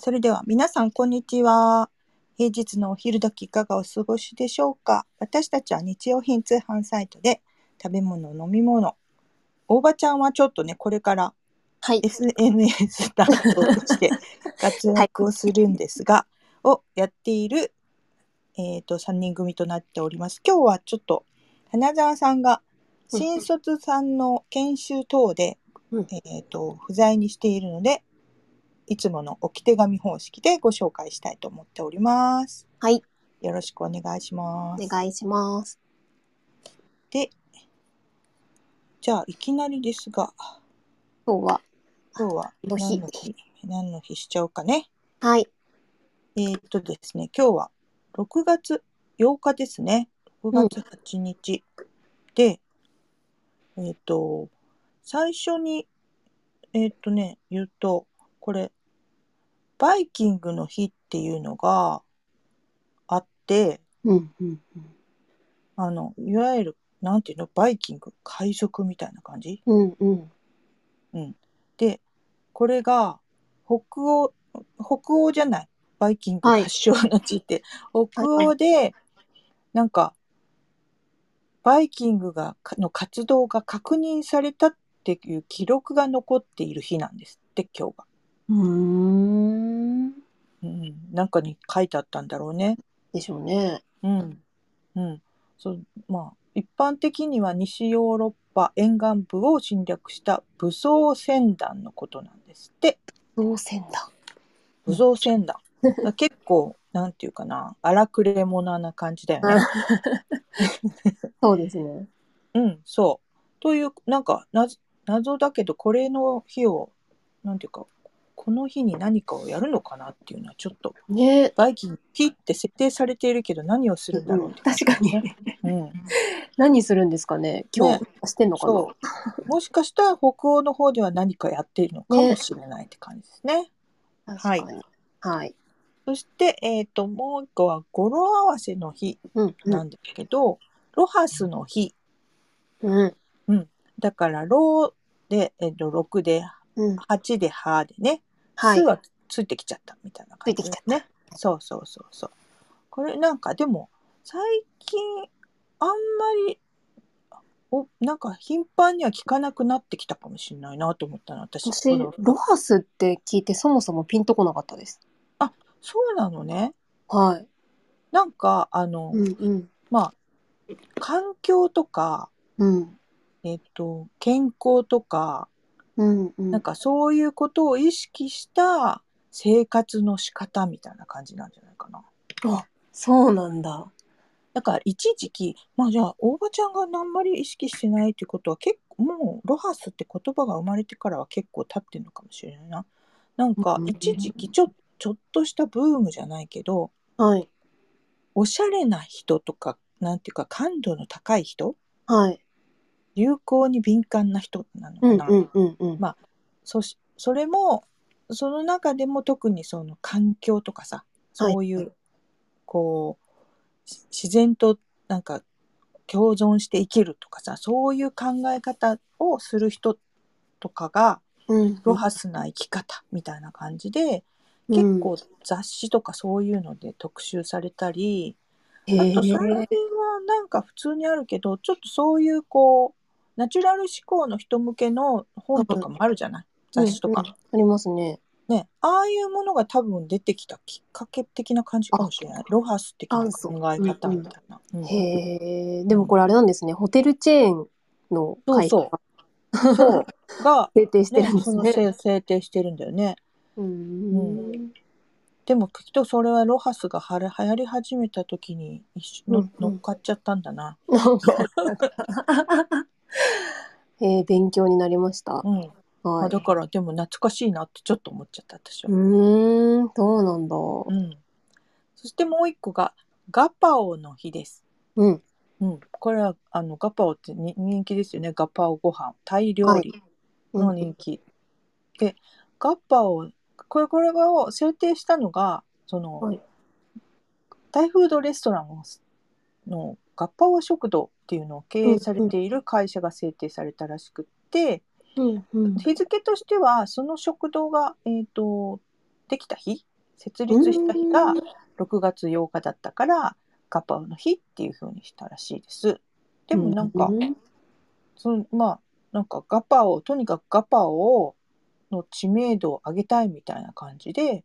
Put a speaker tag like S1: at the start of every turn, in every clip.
S1: それでは皆さん、こんにちは。平日のお昼時いかがお過ごしでしょうか私たちは日用品通販サイトで食べ物、飲み物。大場ちゃんはちょっとね、これから
S2: はい。
S1: SNS 担当として活躍をするんですが、をやっている、えー、と3人組となっております。今日はちょっと花澤さんが新卒さんの研修等で、
S2: うん
S1: えー、と不在にしているのでいつもの置き手紙方式でご紹介したいと思っております。
S2: はい。
S1: よろしくお願いしま
S2: お
S1: す。
S2: 願いします。
S1: でじゃあいきなりですが
S2: 今日は、
S1: 今日は
S2: の
S1: 何
S2: 日
S1: の日何の日しちゃおうかね。
S2: はい。
S1: えーっとですね、今日は6月8日ですね。6月8日。で、えーっと、最初に、えーっとね、言うと、これ、バイキングの日っていうのがあって、
S2: うん、うん、
S1: あの、いわゆる、なんていうの、バイキング、海賊みたいな感じ
S2: うん。うん、
S1: で、これが、北欧、北欧じゃない。バイキング
S2: はい
S1: 発祥の地って。北欧で、なんか、バイキングが、かの活動が確認されたっていう記録が残っている日なんですって、今日が。
S2: うん。うん。
S1: うん。なんかに書いてあったんだろうね。
S2: でしょうね。
S1: うん。うん。そう、まあ、一般的には西ヨーロッパ沿岸部を侵略した武装船団のことなんですって。
S2: どうせんだ。
S1: 武装船団結構なんていうかな荒くれ者な感じだよね。
S2: そうですね。
S1: うんそう。というなんか謎謎だけどこれの日をなんていうかこの日に何かをやるのかなっていうのはちょっと
S2: ね。
S1: バイキング日って設定されているけど何をするんだろうって感じ
S2: 確かに。
S1: ね。うん、
S2: 何するんですかね。今日
S1: ね、
S2: してんのかな。
S1: そうもしかしたら北欧の方では何かやっているのかもしれないって感じですね。
S2: 確かに。はい。
S1: そして、えっともう一個は語呂合わせの日
S2: うん、う
S1: なん
S2: ん、
S1: ですけど、ロハスの日
S2: うん、
S1: だから、ろうで、えっと、6で、
S2: うん。
S1: 8で、はでね、
S2: はい
S1: す。はついてきちゃったみたいな感じ
S2: ついてきちゃっ
S1: ね。そうそうそうそう。これなんかでも、最近、あんまり、おなんか頻繁には聞かなくなってきたかもしれないなと思ったの、私。
S2: 私、
S1: この
S2: ロハスって聞いてそもそもピンとこなかったです。
S1: そうなのね。
S2: はい。
S1: なんか、あの、
S2: うん、うん。
S1: まあ、環境とか、
S2: うん、
S1: えっと、健康とか、
S2: うん、うん。
S1: なんかそういうことを意識した生活の仕方みたいな感じなんじゃないかな。
S2: あ、そうなんだ。
S1: だから一時期、まあじゃあ、大場ちゃんがあんまり意識してないってことは結構、もうロハスって言葉が生まれてからは結構経ってんのかもしれないな。なんか
S2: うん
S1: 一時期ちょ、ちょっとしたブームじゃないけど、
S2: はい。
S1: おしゃれな人とか、なんていうか感度の高い人
S2: はい。
S1: 流行に敏感な人なのか
S2: うん、
S1: な。
S2: うん、うん、うん。
S1: まそしそれもその中でも特にその環境とかさそういう、
S2: はい
S1: こうし自然となんか共存して生きるとかさそういう考え方をする人とかが
S2: うん、
S1: ロハスな生き方みたいな感じで、
S2: うん
S1: 結構雑誌とかそういうので特集されたり、
S2: へ
S1: あと最近は
S2: え
S1: なんか普通にあるけどちょっとそういうこうナチュラル思考の人向けの本とかもあるじゃない、雑誌とか。
S2: ありますね。
S1: ね、ああいうものが多分出てきたきっかけ的な感じかもしれない。ロハス的な考え方みたいな。うん
S2: へえ。でもこれあれなんですね。ホテルチェーンの会社
S1: そう
S2: が
S1: そう。が、
S2: 制定して
S1: ね
S2: るん、で
S1: そ
S2: す
S1: の
S2: ね。
S1: 制制定してるんだよね。
S2: うん
S1: でもきっとそれはロハスがはれ流行り始めた時に一緒
S2: うん
S1: に乗っかっちゃったんだな。
S2: なんか へえ、勉強になりました。
S1: うん。ま
S2: は
S1: あ、だ
S2: い。
S1: からでも懐かしいなってちょっと思っちゃった私
S2: う
S1: は。
S2: ーん、そうなんだ。
S1: うん。そしてもう一個がガパオの日です。
S2: うん。
S1: うん。これはあのガパオってに人気ですよね。ガパオご飯、タイ料理。の人気。でガッパをこれこれを制定したのがその、
S2: はい
S1: タイフードレストランをのガッパオ食堂っていうのを経営されている会社が制定されたらしくって、
S2: うん。うん。
S1: 日付としてはその食堂が、えー、とできた日設立した日が6月8日だったからガパオの日っていう風にしたらしいです。でもなんか、
S2: うん
S1: そのまあなんかガパオとにかくガパオの知名度を上げたいみたいな感じで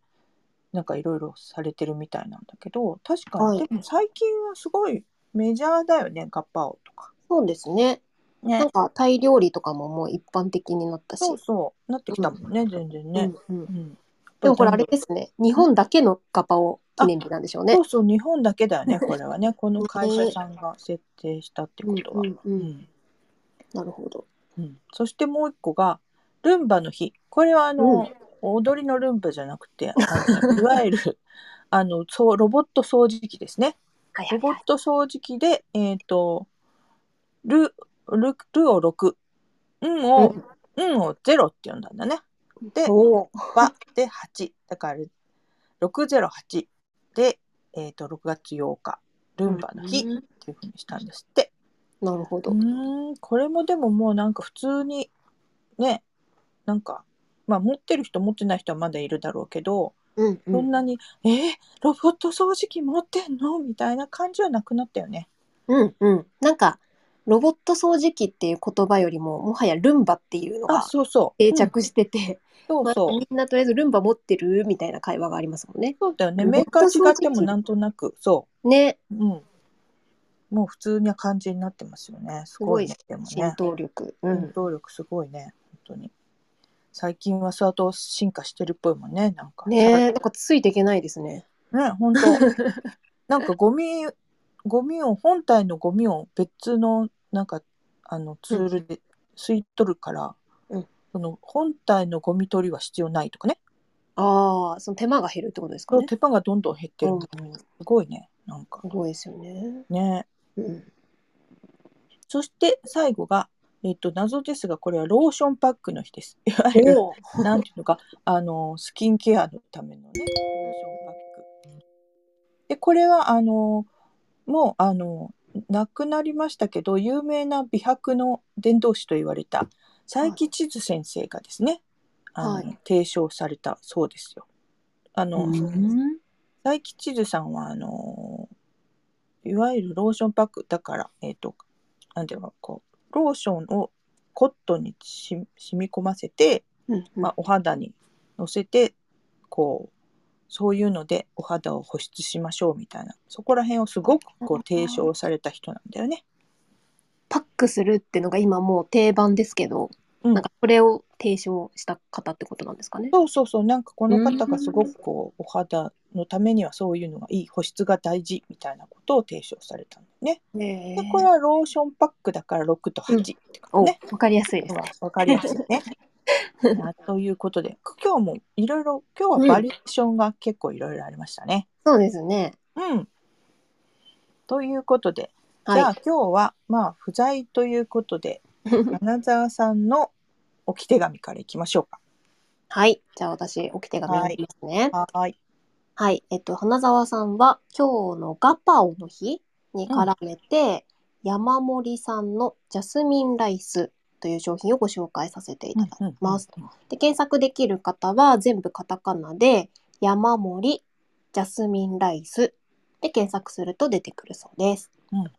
S1: なんかいろいろされてるみたいなんだけど確かに、
S2: はい
S1: でも最近はすごいメジャーだよねガパオとか。
S2: そうですね。な
S1: ね
S2: ん、かタイ料理とかももう一般的になったし。
S1: そうそうなってきたもんね、全然ね。
S2: うんうん
S1: うん
S2: でもこれあれですね。日本だけのガパオ記念日なんでしょうね。
S1: そうそう日本だけだよねこれはねこの会社さんが設定したってことは。
S2: うんうんうん
S1: うん
S2: なるほど。
S1: うんそしてもう一個がルンバの日これはあ
S2: う
S1: の、踊りのルンバじゃなくてあのいわゆる あのそうロボット掃除機ですね
S2: はいは
S1: ロ
S2: い
S1: ボッ
S2: はい。
S1: ト掃除機でえっ、とルルルを6うんを、うんをゼロって呼んだんだねで
S2: おー
S1: はで8だから608で、えー、と6月8日ルンバの日っていうふうにしたんですって。
S2: なるほど。
S1: うーんこれもでももうなんか普通にねなんか、まあ、持ってる人持ってない人はまだいるだろうけど、
S2: うんう
S1: そん
S2: ん。
S1: なに「えーロボット掃除機持ってんの?」みたいな感じはなくなったよね。
S2: うんうん。なんか、ロボット掃除機っていう言葉よりも、もはやルンバっていうの
S1: あ
S2: が
S1: そうそう、
S2: 定
S1: うん
S2: 着してて、
S1: そう
S2: まあ
S1: そう
S2: みんなとりあえずルンバ持ってるみたいな会話がありますもんね。
S1: そうだよね
S2: ロボ
S1: メ
S2: ッ
S1: ー
S2: ト
S1: カー
S2: 掃除機
S1: 違ってもなんとなくそ
S2: ね。
S1: う、うん、もう普通な感じになってますよねすごいねでも
S2: 浸
S1: ね。
S2: 透力。う
S1: 戦
S2: ん。
S1: 闘力すごいね、本当に。最近は相当進化してるっぽいもんね、なんか。
S2: ねえ、なんかついていけないですね。
S1: ね、本 当。なんかゴミ、ゴミを、本体のゴミを別の、なんか、あの、ツールで吸い取るから、
S2: うん
S1: その、本体のゴミ取りは必要ないとかね。
S2: ああ、その手間が減るってことです
S1: こ
S2: か
S1: の
S2: ね。
S1: 手間がどんどん減ってるんだ。
S2: うんうんす
S1: すごいね、なんか。
S2: ごいですよね。
S1: ね。
S2: うん。
S1: そして最後が、えっと、謎ですが、これはローションパックの日です。いわゆる、
S2: おー
S1: なんていうのか、あの、スキンケアのためのね、ローションパック。で、これは、あの、もう、あの、亡くなりましたけど、有名な美白の伝道師と言われた、佐伯千鶴先生がですね、あの、
S2: はい
S1: 提唱されたそうですよ。あの、
S2: うん
S1: 佐伯千鶴さんはあのいわゆるローションパックだからえっ、となんていうのこうローションをコットンにし染み込ませて、
S2: うんうん
S1: まあ、お肌にのせてこうそういうのでお肌を保湿しましょうみたいなそこら辺をすごくこう提唱された人なんだよね。
S2: パックするってのが今もう定番ですけど、
S1: うん
S2: なんかそれを提唱した方ってことなんですかね。
S1: そうそうそうなんかこの方がすごくこうお肌のためにはそういうのがいい保湿が大事みたいなことを提唱されたんだよね。
S2: ね
S1: でこれはローションパックだから6と8って感
S2: お、
S1: じね。
S2: わかりやすいです
S1: わ、
S2: ね。
S1: かりやすい ね。あということで今日もいろいろ今日はバリエーションが結構いろいろありましたね。
S2: そうですね。
S1: うん、ということでじゃ
S2: は
S1: あ今日はまあ不在ということ で
S2: い。
S1: 金沢さんの置き手紙からいきましょうか。
S2: はい。じゃあ私、置き手紙読みますね。
S1: はーい。
S2: はい。えっと、花沢さんは、今日のガパオの日に絡めて、山盛さんのジャスミンライスという商品をご紹介させていただきます。で、検索できる方は、全部カタカナで、山盛ジャスミンライスで検索すると出てくるそうです。
S1: うん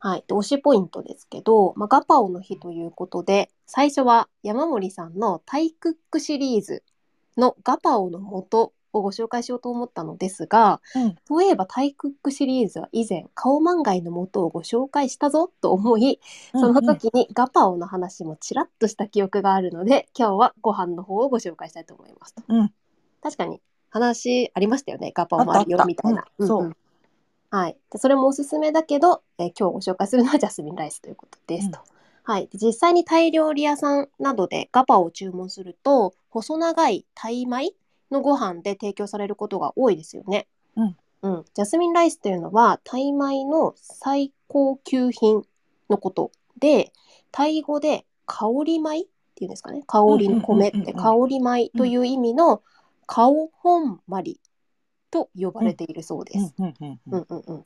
S2: はい。で、推しポイントですけど、まあ、ガパオの日ということで、最初は山森さんのタイクックシリーズのガパオの元をご紹介しようと思ったのですが、
S1: うん
S2: そういえばタイクックシリーズは以前、カオマンガイの元をご紹介したぞと思い、その時にガパオの話もちらっとした記憶があるので、今日はご飯の方をご紹介したいと思いますと。
S1: うん
S2: 確かに話ありましたよね。ガパオもあるよ
S1: あったあった
S2: みたいな。
S1: うんそうん
S2: んはい。でそれもおすすめだけど、えー今日ご紹介するのはジャスミンライスということですと。はい。で実際にタイ料理屋さんなどでガパオを注文すると、細長いタイ米のご飯で提供されることが多いですよね。
S1: うん。
S2: うん。ジャスミンライスというのは、タイ米の最高級品のことで、タイ語で香り米っていうんですかね。香りの米っ
S1: うんうんうんう
S2: て
S1: ん
S2: 香り米という意味のカオホンマリと呼ばれているそうです。
S1: うんうんう
S2: うんんうんうん、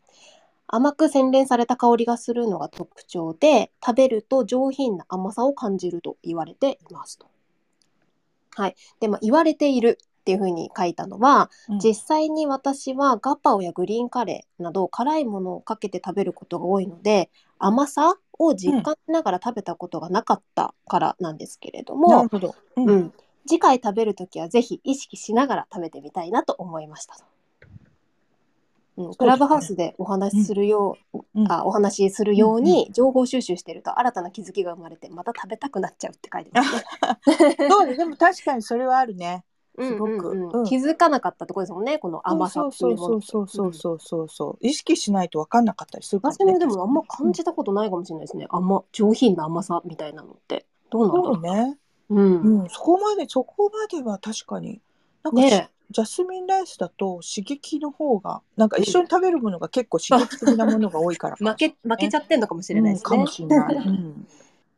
S2: 甘く洗練された香りがするのが特徴で食べると上品な甘さを感じると言われていますと。はい、で、まあ、言われているっっていうふうに書いたのは、
S1: うん
S2: 実際に私はガパオやグリーンカレーなど辛いものをかけて食べることが多いので甘さを実感しながら食べたことがなかったからなんですけれど
S1: なる
S2: も、
S1: ほど。う
S2: うん
S1: ん。
S2: 次回食べる時はぜひ意識しながら食べてみたいなと思いましたと。うん、クラブハウスでお話しするよう、
S1: うん
S2: あお話しするように情報収集してると新たな気づきが生まれてまた食べたくなっちゃうって書いてます ね。
S1: そうねでも確かにそれはあるね。
S2: うんうん
S1: う
S2: うんん、気づかなかったところですもんねこの甘さ
S1: そう
S2: ってい
S1: そうう
S2: も
S1: そ
S2: の
S1: うそうそうそうそうそう。意識しないと分かんなかったりするからね
S2: 私もでもあんま感じたことないかもしれないですね。あんま上品な甘さみたいなのって。どうなんだ
S1: そ
S2: ろ
S1: うね。
S2: う。うん。
S1: うん、そこまでそこまでは確かに。なんか、
S2: ね
S1: ジャスミンライスだと刺激の方がなんか一緒に食べるものが結構刺激的なものが多いから
S2: 負け、負けちゃってんのかもしれないですね。
S1: かもしれない。うん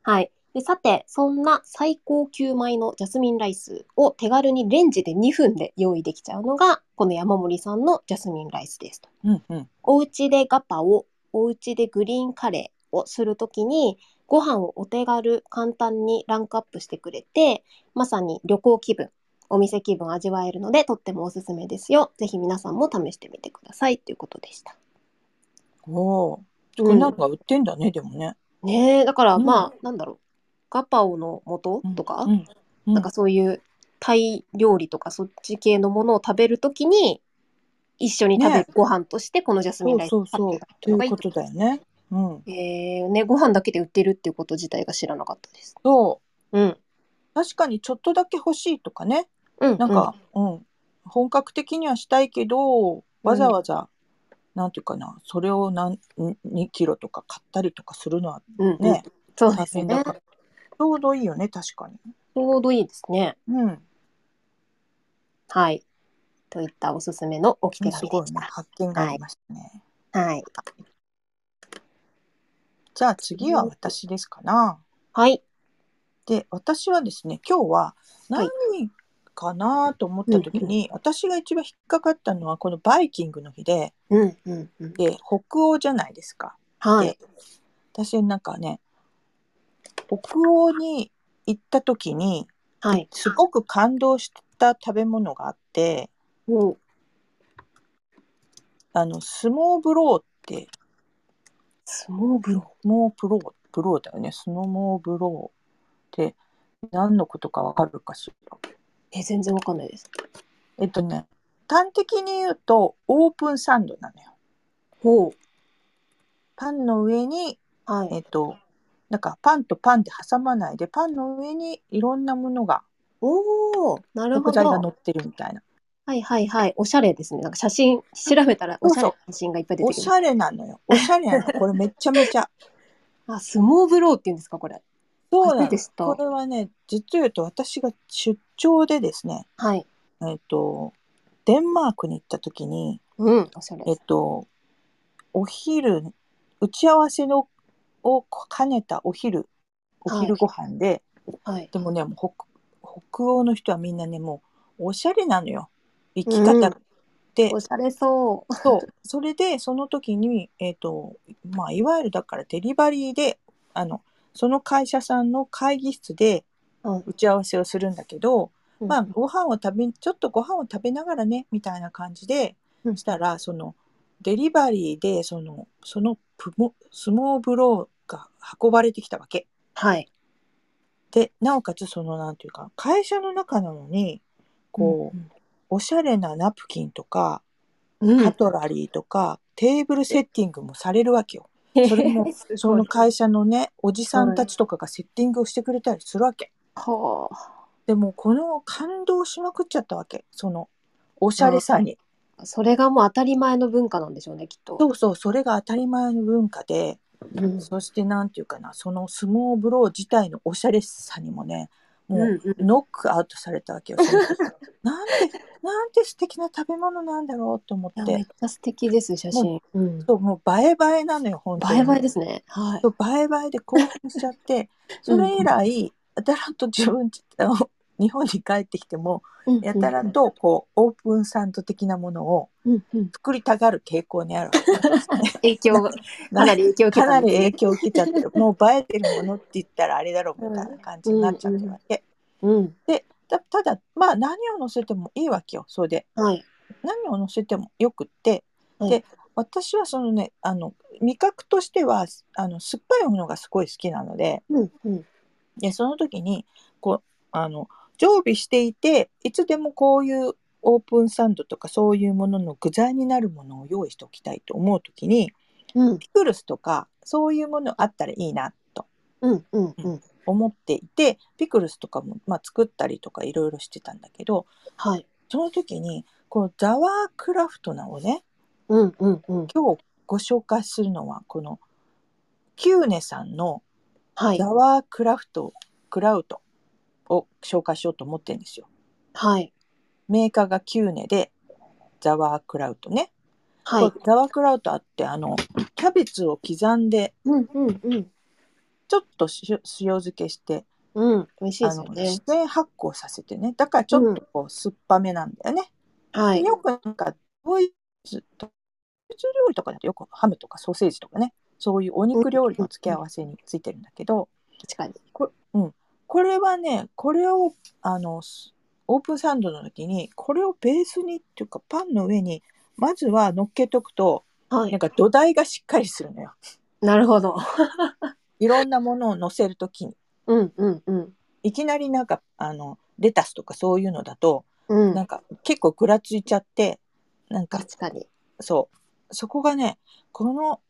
S2: はい。でさて、そんな最高級米のジャスミンライスを手軽にレンジで2分で用意できちゃうのが、この山森さんのジャスミンライスですと。
S1: うんうん
S2: お家でガパを、お家でグリーンカレーをするときに、ご飯をお手軽、簡単にランクアップしてくれて、まさに旅行気分、お店気分味わえるので、とってもおすすめですよ。ぜひ皆さんも試してみてくださいということでした。
S1: おーこんなのが売ってんだね、でもね。
S2: ねえ、だから
S1: うん
S2: まあ、なんだろう。ガパオの素とか、
S1: うんうん
S2: なんかそういうタイ料理とかそっち系のものを食べるときに、一緒に食べ
S1: ね
S2: るご飯として、このジャスミ
S1: そ
S2: ン
S1: う
S2: ライス
S1: そ
S2: を
S1: うそう
S2: 食べて
S1: と
S2: いただくの
S1: い
S2: がいう
S1: ことだ
S2: い
S1: よね。うん、
S2: えー、ね、ご飯だけで売ってるっていうこと自体が知らなかったです。
S1: そう
S2: うん。
S1: 確かにちょっとだけ欲しいとかね
S2: うん。
S1: なんか、うん本格的にはしたいけどわざわざ、なんていうかなそれを何ん2キロとか買ったりとかするのは
S2: うん、うん、
S1: ね、
S2: そう
S1: 大
S2: です
S1: 変
S2: ね
S1: だ。からちょうどいいよね確かに。
S2: ちょうどいいですね。
S1: うん、
S2: はい。といったおすすめの置き手
S1: す
S2: 紙
S1: ご
S2: で
S1: い
S2: し
S1: ね
S2: た。
S1: 発見がありましたね。
S2: はい。
S1: じゃあ次は私ですかな。
S2: はい。
S1: で私はですね今日は
S2: は
S1: 何
S2: い
S1: かなと思った時に、私が一番引っかかったのはこのバイキングの日で
S2: うん、うん、うん。
S1: で北欧じゃないですか。
S2: はい
S1: で。私なんかね北欧に行った時に
S2: はい。
S1: すごく感動した食べ物があって
S2: お
S1: あのスモーブローって
S2: スモーブロ
S1: スモープローブローだよねスモーブローって何のことかわかるかしら
S2: ー。え、全然わかんないです。
S1: えっとね端的に言うとオープンサンドなのよ。
S2: ほう。
S1: パンの上に
S2: は
S1: えっ
S2: い。
S1: となんかパンとパンで挟まないでパンの上にいろんなものが
S2: おお、なるほ
S1: 食材が乗
S2: ど。
S1: ってるみたいな
S2: はい、はい、はい。おしゃれですね。なんか写真調べたら、
S1: そ
S2: お
S1: う
S2: しゃ
S1: そう
S2: れな写真がいっぱい出
S1: お
S2: てく
S1: し
S2: る。
S1: ゃれなのよおしゃれなのこれめちゃめち ゃ
S2: あ、スモーブローって言うんですか、これ。
S1: そうな
S2: 初め
S1: の
S2: て知った
S1: これはね実を言うと私が出張でですね
S2: はい。
S1: えっとデンマークに行った時に
S2: うん、おしゃれ
S1: えっ。と、お昼、打ち合わせのを兼ねたお昼、お昼ご飯で、
S2: はい。
S1: でもね、もう北北欧の人はみんなね、もうおしゃれなのよ、生き方って。
S2: おしゃれそう。
S1: そうそれで、その時に、えっと、まあ、いわゆるだからデリバリーで、あの、その会社さんの会議室で
S2: うん
S1: 打ち合わせをするんだけど、
S2: うん
S1: まあ、ご飯を食べ、ちょっとご飯を食べながらね、みたいな感じで、
S2: うん
S1: したら、その、デリバリーで、その、そのプモ、スモーブローが運ばれてきたわけ。
S2: はい。
S1: で、なおかつ、その、なんていうか、会社の中なのに、こう、おしゃれなナプキンとか、
S2: うん、うん
S1: カトラリーとか、テーブルセッティングもされるわけよ。それ も
S2: すごい
S1: その会社のね、おじさんたちとかがセッティングをしてくれたりするわけ。
S2: は
S1: でも、この感動しまくっちゃったわけ。その、おしゃれさに。
S2: あそれがもう当たり前の文化なんでしょうねきっと。
S1: そうそう、それが当たり前の文化で、
S2: うん
S1: そしてなんていうかなその相撲ブロー自体のおしゃれさにもねも
S2: う
S1: うん
S2: うん
S1: ノックアウトされたわけよ。その時 なんてなんて素敵な食べ物なんだろうと思
S2: い
S1: っ
S2: やめってちゃ素敵です写真。うん
S1: そうもう映え映えなのよ本当
S2: 映
S1: に。
S2: え映えですね。はい
S1: そ。う映え映えで興奮しちゃって それ以来だらんと自分あの日本に帰ってきてもやたらとこうオープンサンド的なものを
S2: うんうん
S1: 作りたがる傾向にあるわけですね
S2: 影 響がかなり影響を受け
S1: か
S2: た
S1: なん
S2: で
S1: り
S2: すね
S1: 影響を受けちゃってるもう映えてるものって言ったらあれだろうみたいな感じになっちゃってるわけ、
S2: うん。
S1: でだただまあ何を載せてもいいわけよそれで
S2: はい。
S1: 何を載せてもよくって、
S2: はい
S1: で私はそのねあの味覚としてはあの酸っぱいものがすごい好きなので
S2: うんうん。
S1: でその時にこうあの常備していていつでもこういうオープンサンドとかそういうものの具材になるものを用意しておきたいと思う時に
S2: うん
S1: ピクルスとかそういうものあったらいいなと
S2: うんうんうん。
S1: 思っていてピクルスとかも、まあ、作ったりとかいろいろしてたんだけど
S2: はい。
S1: その時にこのザワークラフトなをね
S2: うんうんう
S1: 今
S2: ん。
S1: 日ご紹介するのはこのキューネさんの
S2: はい
S1: ザ。ワークラフトクラウトを紹介しようと思ってるんですよ。
S2: はい。
S1: メーカーがキューネでザワークラウトね。
S2: はい
S1: こ。うザワークラウトあってあのキャベツを刻んで
S2: うんうんうん。
S1: ちょっと塩塩漬けして
S2: うん。美味しいで
S1: あ
S2: す
S1: の
S2: よね
S1: 自。然発酵させてねだからちょっとこう酸っぱめなんだよね。
S2: は
S1: で
S2: い。
S1: よくなんかドイツドイツ料理とかだとよくハムとかソーセージとかねそういうお肉料理の付け合わせについてるんだけど
S2: 確かに。
S1: これはねこれをあのすオープンサンドの時にこれをベースにっていうかパンの上にまずは乗っけとくと
S2: は
S1: なん
S2: い。
S1: か土台がしっかりするのよ
S2: なるほど。
S1: いろんなものを乗せる時に
S2: うんうんうん。
S1: いきなりなんかあのレタスとかそういうのだと
S2: うん
S1: なん。か結構ぐらついちゃってなんか
S2: 確かに。
S1: そう。そこがね、この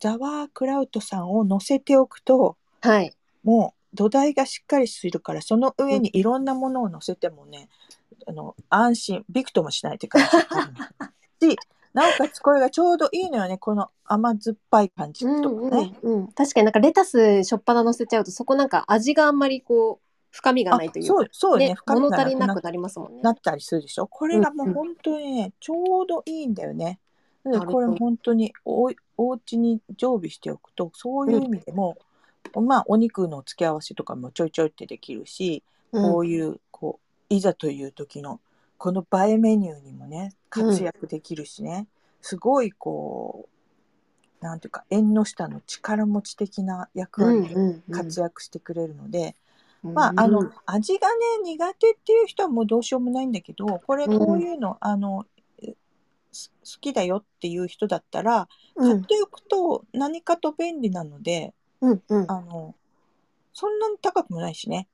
S1: ザワークラウトさんを乗せておくと、
S2: はい。
S1: もう土台がしっかりするから、その上にいろんなものを乗せてもね、あの安心、びくともしないって感じ。 し、なおかつこれがちょうどいいのよね、この甘酸っぱい感じ
S2: うん
S1: とかね。
S2: うんうん。確かになんかレタスしょっぱな乗せちゃうとそこなんか味があんまりこう深みが
S1: あ
S2: ないという
S1: そうそうね、
S2: ね
S1: 深み
S2: 物
S1: が
S2: 足
S1: な
S2: り
S1: く
S2: な
S1: な
S2: くなりますもんね
S1: な。ったりするでしょ。これがもううん本当にね、ちょうどいいんだよね。なので
S2: なる
S1: こ
S2: ほ
S1: れ
S2: ど
S1: 本当におお家に常備しておくとそういう意味でも、まあお肉の付け合わせとかもちょいちょいってできるし、こ
S2: うん
S1: ういうこういざという時のこの映えメニューにもね活躍できるしね、すごいこうなんていうか縁の下の力持ち的な役
S2: うん
S1: 割
S2: う
S1: で
S2: んうん
S1: 活躍してくれるので、まあ、あ
S2: うん
S1: の味がね苦手っていう人はもうどうしようもないんだけどこれ
S2: うん
S1: こういうの,、あのえす好きだよっていう人だったら
S2: う
S1: 買っ
S2: ん
S1: ておくと何かと便利なので、
S2: うんうん
S1: あのそんなに高くもないしね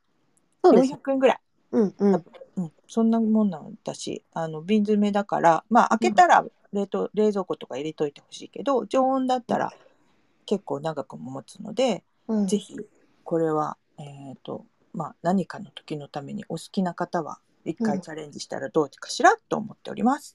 S2: そうです
S1: 400円ぐらい、
S2: うんうん
S1: うん、そんなもんなんだしあの瓶詰めだからまあ開けたら冷凍、冷蔵庫とか入れといてほしいけど常温だったら結構長くも持つので、
S2: うん
S1: ぜひこれは、えーとまあ、何かの時のためにお好きな方は一
S2: う
S1: 回
S2: ん
S1: チャレンジしたらどうかしらと思っております。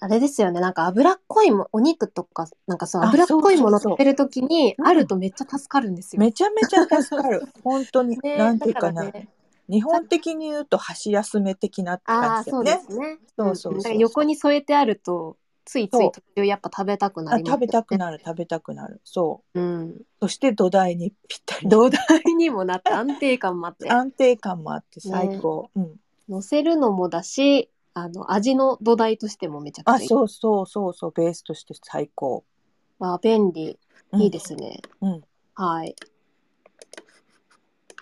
S2: あれですよねなんか脂っこいもお肉とかなんかそう
S1: あ
S2: 脂っこいもの
S1: そうそうそう
S2: 乗ってる時に
S1: うん
S2: あるとめっちゃ助かるんですよ。
S1: めちゃめちゃ助か る本当に、
S2: ね
S1: なんてい
S2: だ
S1: うから
S2: か
S1: な、
S2: ね
S1: 日本的に言うと箸休め的なって
S2: あ
S1: 感
S2: あ
S1: じだよ
S2: そうで
S1: ね
S2: すね。
S1: そうそうそう
S2: だから横に添えてあるとついつ
S1: そう
S2: い途中やっぱ食べたくな
S1: あ
S2: ります
S1: 食べたくなる食べたくなるそ
S2: うん
S1: うそして土台にぴったり
S2: 土台にもなって安定感もあって
S1: 安定感 もあって最高、うん
S2: 乗せるのもだしあの味の土台としてもめちゃく
S1: あ
S2: ちゃいい
S1: そうそうそうそうベースとして最高、
S2: まあ便利
S1: うん
S2: いいですね、
S1: うん
S2: はい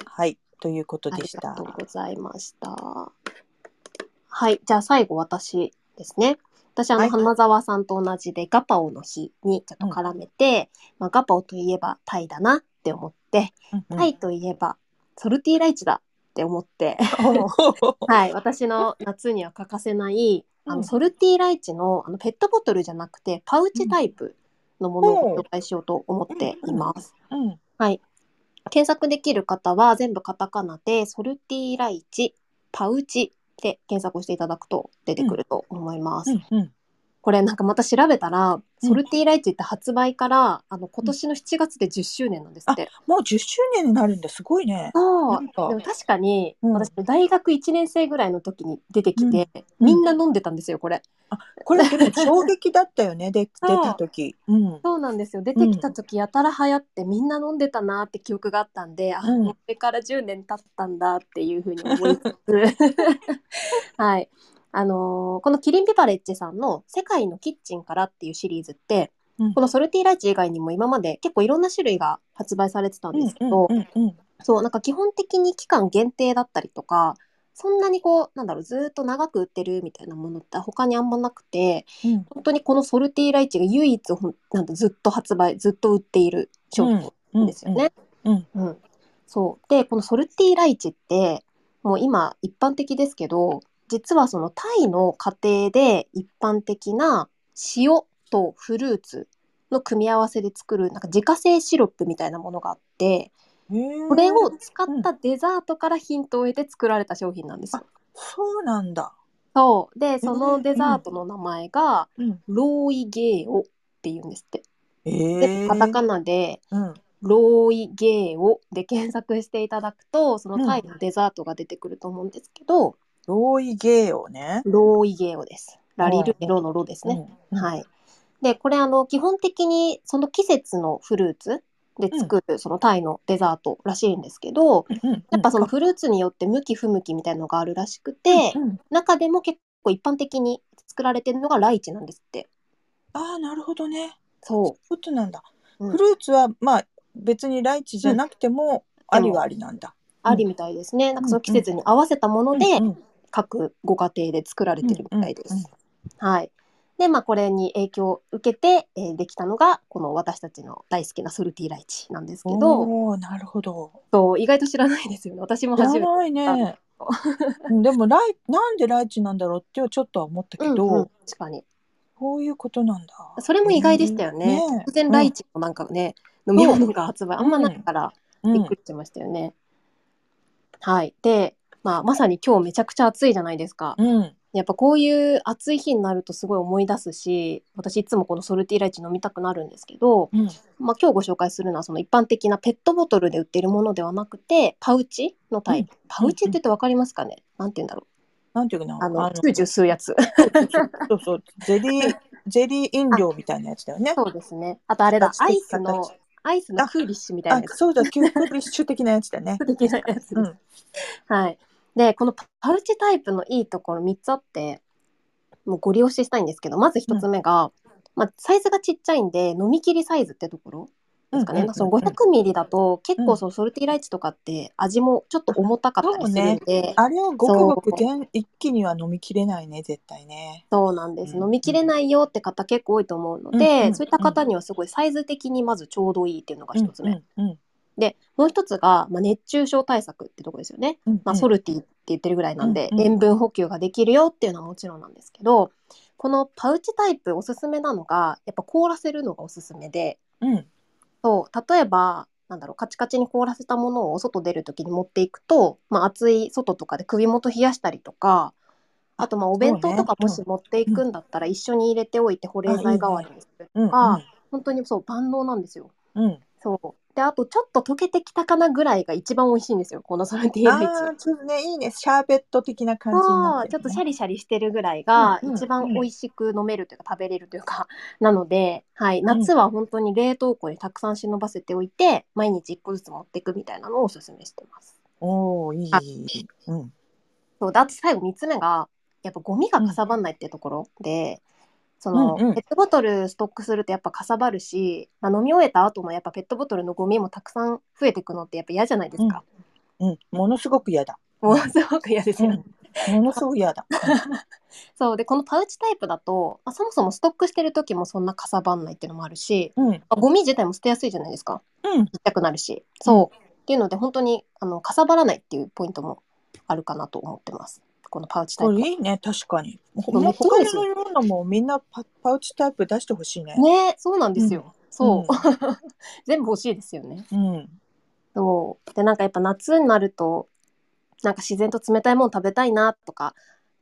S1: はいということ
S2: あ
S1: で
S2: り
S1: し
S2: が
S1: た
S2: とうございましたはいじゃあ最後私ですね私あの、
S1: はい
S2: 花澤さんと同じでガパオの日にちょっと絡めて、まあ、ガパオといえばタイだなって思って、
S1: うんうん
S2: タイといえばソルティライチだって思っ て はい、私の夏には欠かせない、あ
S1: うん
S2: のソルティーライチのあのペットボトルじゃなくてパウチタイプのものをご紹介しようと思っています。
S1: うん
S2: はい、検索できる方は全部カタカナでソルティーライチパウチで検索していただくと出てくると思います。
S1: うんうん
S2: これなんかまた調べたら、ソルティーライチって発売からあの今年の7月で10周年なんですって。
S1: もう10周年になるんだすごいね。
S2: そ
S1: な
S2: うんで
S1: か
S2: も確かに、
S1: うん
S2: 私大学1年生ぐらいの時に出てきて、
S1: うん
S2: みんな飲んでたんですよこれ
S1: これでも衝撃だったよねで出
S2: そう
S1: た時。うん
S2: そうなんですよ出てきた時やたら流行ってみんな飲んでたなって記憶があったんで、あ
S1: うん
S2: もうこれから10年経ったんだっていうふうに思いつ つはいあのーこのキリンビバレッジさんの「世界のキッチンから」っていうシリーズって、
S1: うん
S2: このソルティライチ以外にも今まで結構いろんな種類が発売されてたんですけど、
S1: うんうんうん
S2: そうなんか基本的に期間限定だったりとかそんなにこうなんだろうずーっと長く売ってるみたいなものって他にあんまなくて
S1: うん
S2: 本当にこのソルティライチが唯一ほんなんだずっと発売ずっと売っている商品
S1: うん
S2: ですよね。
S1: うん
S2: うん、そうでこのソルティライチってもう今一般的ですけど実はそのタイの家庭で一般的な塩とフルーツの組み合わせで作るなんか自家製シロップみたいなものがあって
S1: うんへー
S2: これを使ったデザートからヒントを得て作られた商品なんですよ。
S1: そうなんだ。
S2: そうでそのデザートの名前が
S1: うん、
S2: ローイゲーオっていうんですって。
S1: え
S2: で
S1: ー、
S2: カタカナで
S1: うん
S2: ローイゲーをで検索していただくとそのタイのデザートが出てくると思うんですけど、
S1: ローイゲーをね。
S2: ローイゲーをですラリルロのロですね、
S1: うん。。
S2: はいいでこれあの基本的にその季節のフルーツで作るそのタイのデザートらしいんですけど、やっぱそのフルーツによって向き不向きみたいのがあるらしくて、
S1: うん、うん
S2: 中でも結構一般的に作られてるのがライチなんですって
S1: ああ、なるほどね。そうい
S2: そう
S1: ことなんだ。
S2: うん
S1: フルーツは、まあ、別にライチじゃなくても、ありはありなんだ。
S2: うありみたいですね、なんかその季節に合わせたもので、各ご家庭で作られてるみたいです。
S1: うんうん
S2: はい。で、まあ、これに影響を受けて、えーできたのが、この私たちの大好きなソルティライチなんですけど、
S1: おおー、なるほど。
S2: そう意外と知らないですよね。私も
S1: 知ら
S2: 初めて。
S1: ないね。うんでもライ、なんでライチなんだろうってはちょっとは思ったけど、
S2: うんうん確かに。
S1: こういうことなんだ。
S2: それも意外でしたよね。
S1: うんね
S2: 突然ライチのなんかね、飲み物が発売、あんまないから、
S1: うん
S2: びっくりしましたよね。はい。で、まあ、まさに今日めちゃくちゃ暑いじゃないですか。
S1: うん。
S2: やっぱこういう暑い日になるとすごい思い出すし私いつもこのソルティライチ飲みたくなるんですけど、
S1: うん。
S2: まあ、今日ご紹介するのはその一般的なペットボトルで売ってるものではなくてパウチのタイプ、パウチって言って分かりますかね、なんて言うんだろ
S1: なんていうかな。
S2: うあのジュージュー吸うやつ
S1: そうそう。ゼリ ー、ゼリー飲料みたいなやつだよね。
S2: そうですねあとあれだアイスの
S1: 形
S2: アイスのクーリッシュみたいな
S1: あ
S2: や、つ
S1: そうだ、キュークリッシュ的なやつだ ね。
S2: 的なやつです、
S1: うん
S2: はいでこのパパウチタイプのいいところ3つあってもうご利用ししたいんですけどまず1つ目が、まあ、サイズがちっちゃいんで飲み切りサイズってところですかね、なんかその500ミリだと結構そのソルティライチとかって味もちょっと重たかったりするんで、
S1: あれをごくごく全一気には飲みきれないね、絶対ね。
S2: そうなんです、
S1: うん
S2: 飲みきれないよって方結構多いと思うので、
S1: うんうん
S2: そういった方にはすごいサイズ的にまずちょうどいいっていうのが一つ目、
S1: うんうん
S2: でもう一つが、まあ、熱中症対策ってとこですよね、
S1: うん
S2: まあ、ソルティって言ってるぐらいなんで、
S1: うんうん
S2: 塩分補給ができるよっていうのはもちろんなんですけどこのパウチタイプおすすめなのがやっぱ凍らせるのがおすすめで、
S1: うん
S2: そう例えばなんだろうカチカチに凍らせたものを外出る時に持っていくと、まあ、暑い外とかで首元冷やしたりとかあとまあお弁当とか
S1: そう
S2: も
S1: ね
S2: し持っていくんだったら一緒に入れておいて保冷剤代わりにする
S1: うん
S2: とか本当にそう万能なんですよ。
S1: うんうん
S2: そうであとちょっと溶けてきたかなぐらいが一番美味しいんですよこのソルティライチ。
S1: あーちょっとねいいねシャーベット的な感じに
S2: そ
S1: な
S2: う
S1: って
S2: ちょ
S1: る
S2: っ
S1: ね
S2: とシャリシャリしてるぐらいが
S1: うんうん
S2: 一番美味しく飲めるというか食べれるというか なので、はい、夏は本当に冷凍庫にたくさん忍ばせておいて毎日1個ずつ持っていくみたいなのをおすすめしてます。
S1: おおいい
S2: あ
S1: うん
S2: そうであと最後3つ目がやっぱゴミがかさばんないっていうところで、その
S1: うんうん
S2: ペットボトルストックするとやっぱかさばるし、まあ、飲み終えた後のやっぱペットボトルのゴミもたくさん増えていくのってやっぱ嫌じゃないですか。
S1: うんものすごく嫌だ
S2: もうすごく嫌です
S1: う
S2: よね。
S1: んものすごく嫌だ
S2: そうでこのパウチタイプだと、まあ、そもそもストックしてる時もそんなかさばんないっていうのもあるし、
S1: うんうん
S2: まあゴミ自体も捨てやすいじゃないですか
S1: うん
S2: ちっちゃくなるしそう、っていうので本当にあのかさばらないっていうポイントもあるかなと思ってますこのパウチタイ
S1: こ
S2: プ
S1: れ
S2: はね
S1: いいね確かに
S2: うめ
S1: もう
S2: っちゃい
S1: 他
S2: いです
S1: のようなもみんなパパウチタイプ出してほしいね
S2: そうなんですよ、そう、 全部欲しいですよね
S1: うんうん
S2: そうでなんかやっぱ夏になるとなんか自然と冷たいもの食べたいなとか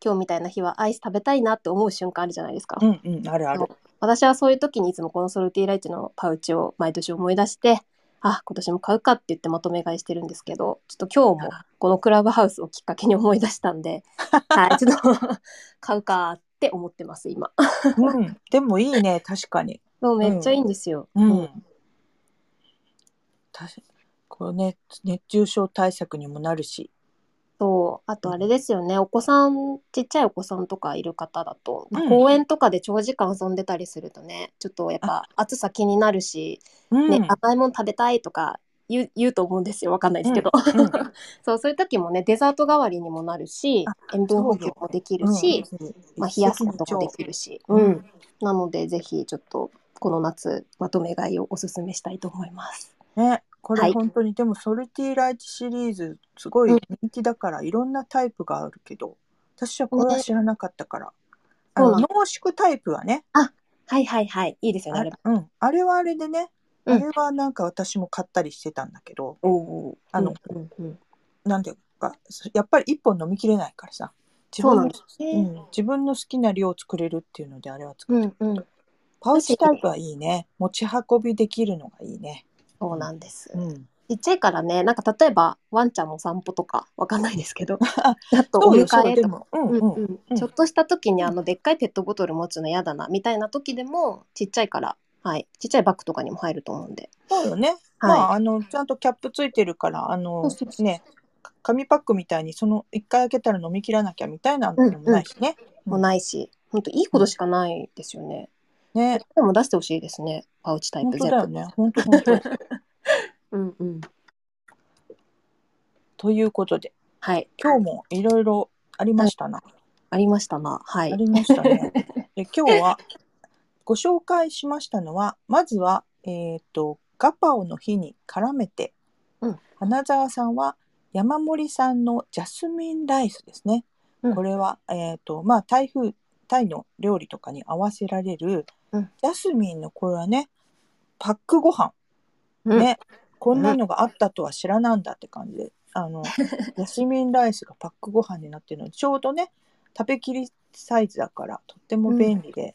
S2: 今日みたいな日はアイス食べたいなって思う瞬間あるじゃないですか、
S1: うんうんあるある
S2: そう私はそういう時にいつもこのソルティライチのパウチを毎年思い出してあ今年も買うかって言ってまとめ買いしてるんですけどちょっと今日もこのクラブハウスをきっかけに思い出した んではいちょっと 買うかって思ってます今
S1: うんでもいいね確かに
S2: そうめっちゃいいんですよ、
S1: うん。たしこれね熱中症対策にもなるし、
S2: そうあとあれですよねお子さんちっちゃいお子さんとかいる方だと、
S1: うん
S2: 公園とかで長時間遊んでたりするとねちょっとやっぱ暑さ気になるし
S1: うん
S2: ね、甘いもの食べたいとか言う言うと思うんですよわかんないですけど、
S1: うんうん
S2: そうそういう時もねデザート代わりにもなるし
S1: あ
S2: 塩分補給もできるし、
S1: うん
S2: まあ、冷やすこともできるし、う
S1: うん
S2: ん、なのでぜひちょっとこの夏まとめ買いをおすすめしたいと思います。
S1: ね、こ
S2: は
S1: れ
S2: い
S1: 本当に、でもソルティライチシリーズすごい
S2: うん
S1: 人気だから、いろんなタイプがあるけど私はこれは知らなかったから、あ
S2: そう
S1: の
S2: なん
S1: 濃縮タイプはね
S2: はいはいはいいいですよね
S1: あ
S2: あ
S1: れ
S2: れ。,、
S1: うん、あれはあれでねあ
S2: うん
S1: れはなんか私も買ったりしてたんだけど、
S2: おお
S1: あの
S2: うんうん
S1: なんていうかやっぱり一本飲みきれないからさ自
S2: そう
S1: 分
S2: なん
S1: の
S2: ですね。
S1: うん自分の好きな量を作れるっていうのであれは作
S2: う
S1: る、
S2: んうん
S1: パウチタイプはいいね持ち運びできるのがいいね、
S2: そうなんです。
S1: うん、
S2: ちっちゃいからねなんか例えばワンちゃんの散歩とかわかんないですけど
S1: あ
S2: あとお
S1: そうよ
S2: 迎
S1: そう
S2: え
S1: で
S2: とか
S1: もうんうんん、
S2: ううん
S1: うん
S2: ちょっとした時にあのでっかいペットボトル持つの嫌だなみたいな時でもちっちゃいから、はい、ちっちゃいバッグとかにも入ると思うんで。
S1: そうよね、まあ
S2: は
S1: あのちゃんとキャップついてるからあの
S2: そうそうそう
S1: ね紙パックみたいにその一回開けたら飲み切らなきゃみたいなのもないしね、
S2: い、もうないし本当いいことしかないですよね。
S1: ね
S2: でも出してほしいですねパウチタイ
S1: 本
S2: プ
S1: 当
S2: 全
S1: だよ
S2: 部。
S1: ね本当本当
S2: うんうん、
S1: ということで
S2: はい
S1: 今日もいろいろありましたな、
S2: ありましたな。は
S1: あ
S2: い。
S1: りました ね。で今日はご紹介しましたのはまずは、えー、とガパオの日に絡めて、
S2: うん
S1: 花澤さんは山森さんのジャスミンライスですね。
S2: うん
S1: これは、えーとまあ、台風タイの料理とかに合わせられる、
S2: うん
S1: ジャスミンのこれはねパックご飯
S2: うん
S1: ね、こんなのがあったとは知らなんだって感じで、あ のヤシミンライスがパックご飯になってるのでちょうどね食べきりサイズだからとっても便利で、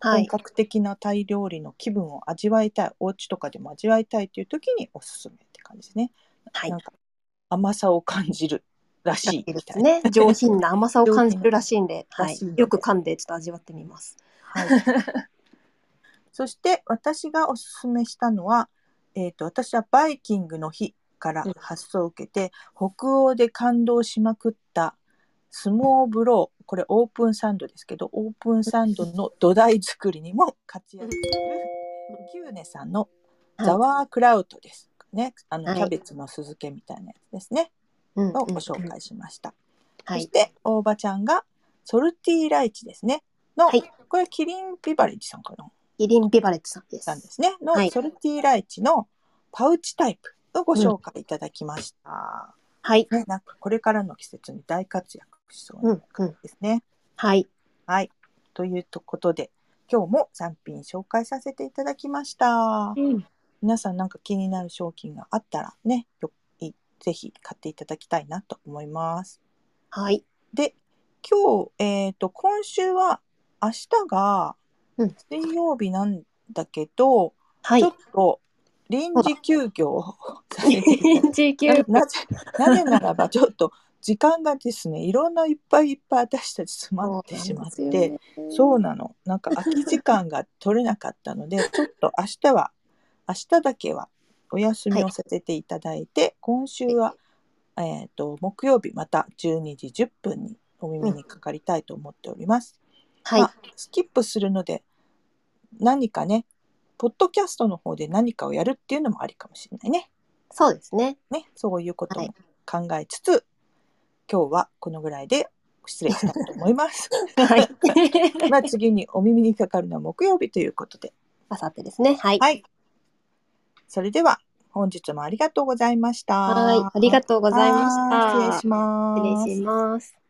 S2: は
S1: 本
S2: い。
S1: 格的なタイ料理の気分を味わいたいお家とかでも味わいたいという時におすすめって感じですね
S2: はい
S1: なん。か甘さを感じるらしい
S2: で
S1: みた
S2: す
S1: いな、
S2: ね。上品な甘さを感じるらしいんで、
S1: 上品
S2: はい
S1: らしいん。で
S2: よく噛んでちょっと味わってみます。
S1: はい、そして私がおすすめしたのは、えー、と私は「バイキングの日」から発想を受けて、北欧で感動しまくったスモーブローこれオープンサンドですけどオープンサンドの土台作りにも活躍するキューネさんのザワークラウトです。ね、あの
S2: はい
S1: キャベツの酢漬けみたいなやつですね、
S2: うんうん
S1: をご紹介しました。
S2: は
S1: そし
S2: い。
S1: て大場ちゃんがソルティライチですねの、
S2: はい
S1: これキリンビバレッジさんかな
S2: イリン・ビバレッジさんです。
S1: さんですねの、
S2: はい
S1: ソルティライチのパウチタイプをご紹介いただきました、
S2: はい。
S1: ね、なんかこれからの季節に大活躍しそう
S2: う
S1: なん
S2: うん。
S1: ですね、
S2: はい。
S1: はいということで今日も3品紹介させていただきました
S2: うん。
S1: 皆さんなんか気になる商品があったらねよいぜひ買っていただきたいなと思います
S2: はい。
S1: で今日、えー、と今週は明日が
S2: うん
S1: 水曜日なんだけど、
S2: はい
S1: ちょ。っと臨時休業 をさせていただ
S2: 19
S1: なぜなぜならばちょっと時間がですねいろんないっぱいいっぱい私たち詰まってしまってそうなのなんか空き時間が取れなかった のでちょっと明日は明日だけはお休みをさせていただいて、今週は、えー、と木曜日また12時10分にお耳にかかりたいと思っております。
S2: はい
S1: ま。あスキップするので何かねポッドキャストの方で何かをやるっていうのもありかもしれないね。
S2: そうですね。
S1: ね、そういうこと
S2: は
S1: も
S2: い
S1: 考えつつ、今日はこのぐらいで失礼したいと思います。
S2: は い。
S1: まあ次にお耳にかかるのは木曜日ということで。
S2: あさってですね。はい。
S1: はい。それでは本日もありがとうございました。
S2: はい。ありがとうございました。
S1: はい失礼します。
S2: 失礼します。